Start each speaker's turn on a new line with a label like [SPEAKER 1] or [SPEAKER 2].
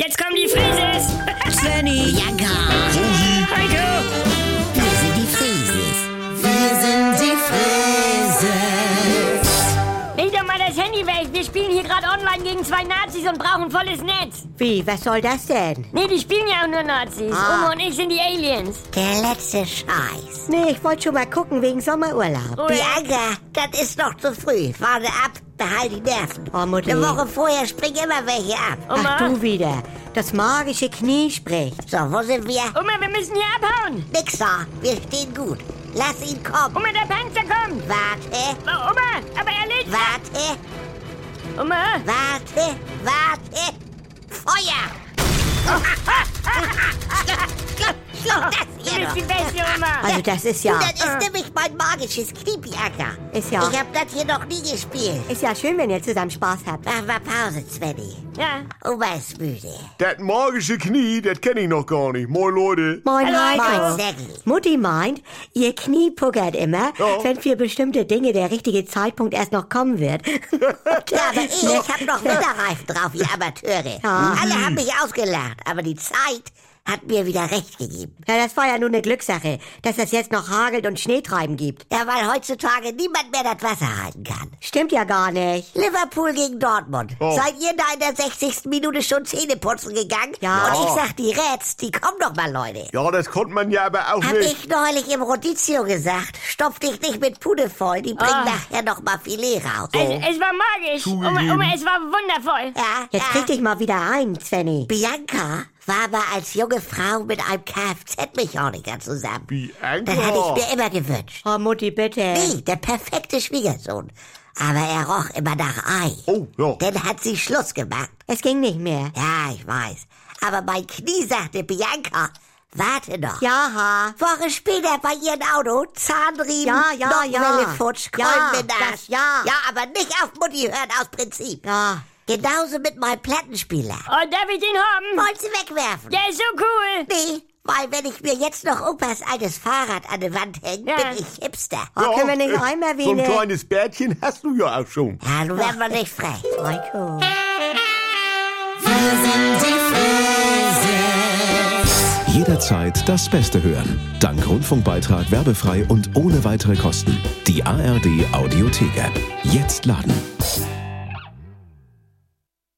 [SPEAKER 1] Jetzt kommen die Frieses!
[SPEAKER 2] Svenny,
[SPEAKER 3] Ja, gar.
[SPEAKER 1] Heiko!
[SPEAKER 3] Wir sind die Frieses. Wir sind die Frieses.
[SPEAKER 1] Leg doch mal das Handy weg! Wir spielen hier gerade online gegen zwei Nazis und brauchen volles Netz!
[SPEAKER 2] wie, was soll das denn?
[SPEAKER 1] Nee, die spielen ja auch nur Nazis.
[SPEAKER 2] Ah.
[SPEAKER 1] Oma und ich sind die Aliens.
[SPEAKER 3] Der letzte Scheiß.
[SPEAKER 2] Nee, ich wollte schon mal gucken wegen Sommerurlaub.
[SPEAKER 1] Oder?
[SPEAKER 3] Bianca, das ist noch zu früh. Warte ab, behalt die Nerven.
[SPEAKER 2] Oh, Mutti.
[SPEAKER 3] Eine Woche vorher spring immer welche ab.
[SPEAKER 1] Oma?
[SPEAKER 2] Ach, du wieder. Das magische Knie spricht.
[SPEAKER 3] So, wo sind wir?
[SPEAKER 1] Oma, wir müssen hier abhauen!
[SPEAKER 3] Nix da. Wir stehen gut. Lass ihn kommen.
[SPEAKER 1] Oma, der Panzer kommt!
[SPEAKER 3] Warte,
[SPEAKER 1] Oh, Oma, aber er lebt!
[SPEAKER 3] warte,
[SPEAKER 1] Oma!
[SPEAKER 3] warte, warte. Feuer! Schluss, Schluss, das
[SPEAKER 1] Du
[SPEAKER 3] hier
[SPEAKER 1] bist die
[SPEAKER 3] noch.
[SPEAKER 1] beste Oma!
[SPEAKER 2] Also das ist ja...
[SPEAKER 3] Das ist nämlich mein magisches Kniepiacker.
[SPEAKER 2] Ist ja-
[SPEAKER 3] Ich hab das hier noch nie gespielt.
[SPEAKER 2] Ist ja schön, wenn ihr zusammen Spaß habt.
[SPEAKER 3] Mach mal Pause, Svenny. Oh,
[SPEAKER 1] Ja.
[SPEAKER 3] Oma ist müde.
[SPEAKER 4] Das magische Knie, das kenne ich noch gar nicht. Moin Leute.
[SPEAKER 2] Moin,
[SPEAKER 1] Hallo,
[SPEAKER 2] Heiko.
[SPEAKER 3] Moin, Snaggy.
[SPEAKER 2] Mutti meint, ihr Knie puckert immer,
[SPEAKER 4] Ja.
[SPEAKER 2] wenn für bestimmte Dinge der richtige Zeitpunkt erst noch kommen wird.
[SPEAKER 3] Ja, aber ich, ich hab noch Winterreifen drauf, ihr Amateure.
[SPEAKER 2] Ja. Hm.
[SPEAKER 3] Alle haben mich ausgelacht, aber die Zeit hat mir wieder recht gegeben.
[SPEAKER 2] Ja, das war ja nur eine Glückssache, dass es jetzt noch hagelt und Schneetreiben gibt.
[SPEAKER 3] Ja, weil heutzutage niemand mehr das Wasser halten kann.
[SPEAKER 2] Stimmt ja gar nicht.
[SPEAKER 3] Liverpool gegen Dortmund.
[SPEAKER 4] Oh.
[SPEAKER 3] Seid ihr da in der 60. Minute schon Zähneputzen gegangen?
[SPEAKER 2] Ja.
[SPEAKER 3] Und ich
[SPEAKER 4] Ja.
[SPEAKER 3] sag, die Reds, die kommen doch mal, Leute.
[SPEAKER 4] Ja, um das konnte man ja aber auch
[SPEAKER 3] Hab
[SPEAKER 4] nicht.
[SPEAKER 3] ich neulich im Rodizio gesagt, stopf dich nicht mit Pude voll, die bringen
[SPEAKER 1] Ah.
[SPEAKER 3] nachher noch mal Filet raus.
[SPEAKER 1] Es, es war magisch! Oma,
[SPEAKER 4] Zugegeben.
[SPEAKER 1] Oma, es war wundervoll!
[SPEAKER 3] Ja,
[SPEAKER 2] Jetzt
[SPEAKER 3] ja.
[SPEAKER 2] krieg dich mal wieder ein, Svenny.
[SPEAKER 3] Bianca war mal als junge Frau mit einem Kfz-Mechaniker zusammen.
[SPEAKER 4] Bianca.
[SPEAKER 3] Das hatte ich mir immer gewünscht.
[SPEAKER 2] Oh, Mutti, bitte.
[SPEAKER 3] Nee, der perfekte Schwiegersohn. Aber er roch immer nach Ei.
[SPEAKER 4] Oh, ja.
[SPEAKER 3] Dann hat sie Schluss gemacht.
[SPEAKER 2] Es ging nicht mehr.
[SPEAKER 3] Ja, ich weiß. Aber mein Knie sagte Bianca, warte noch.
[SPEAKER 2] Ja, ha.
[SPEAKER 3] Woche später bei ihrem Auto, Zahnriemen,
[SPEAKER 2] Ja, ja,
[SPEAKER 3] Nockenwelle
[SPEAKER 2] ja.
[SPEAKER 3] futsch,
[SPEAKER 2] Ja,
[SPEAKER 3] Keulenmenage.
[SPEAKER 2] das ja.
[SPEAKER 3] Ja, aber nicht auf Mutti hören aus Prinzip.
[SPEAKER 2] Ja. Hm.
[SPEAKER 3] Genauso mit meinem Plattenspieler.
[SPEAKER 1] Oh, darf ich den haben?
[SPEAKER 3] Wollt sie wegwerfen?
[SPEAKER 1] Der ist so cool!
[SPEAKER 3] Nee, weil wenn ich mir jetzt noch Opas altes Fahrrad an die Wand hänge,
[SPEAKER 1] Ja.
[SPEAKER 3] bin ich Hipster.
[SPEAKER 2] Oh,
[SPEAKER 4] ja,
[SPEAKER 2] können wir nicht
[SPEAKER 4] äh,
[SPEAKER 2] einmal
[SPEAKER 4] So ein
[SPEAKER 2] wieder-
[SPEAKER 4] kleines Bärtchen hast du ja auch schon.
[SPEAKER 3] Ja, nun werden wir nicht frech.
[SPEAKER 2] Heiko.
[SPEAKER 5] Jederzeit das Beste hören. Dank Rundfunkbeitrag werbefrei und ohne weitere Kosten. Die ARD Audiothek App. Jetzt laden.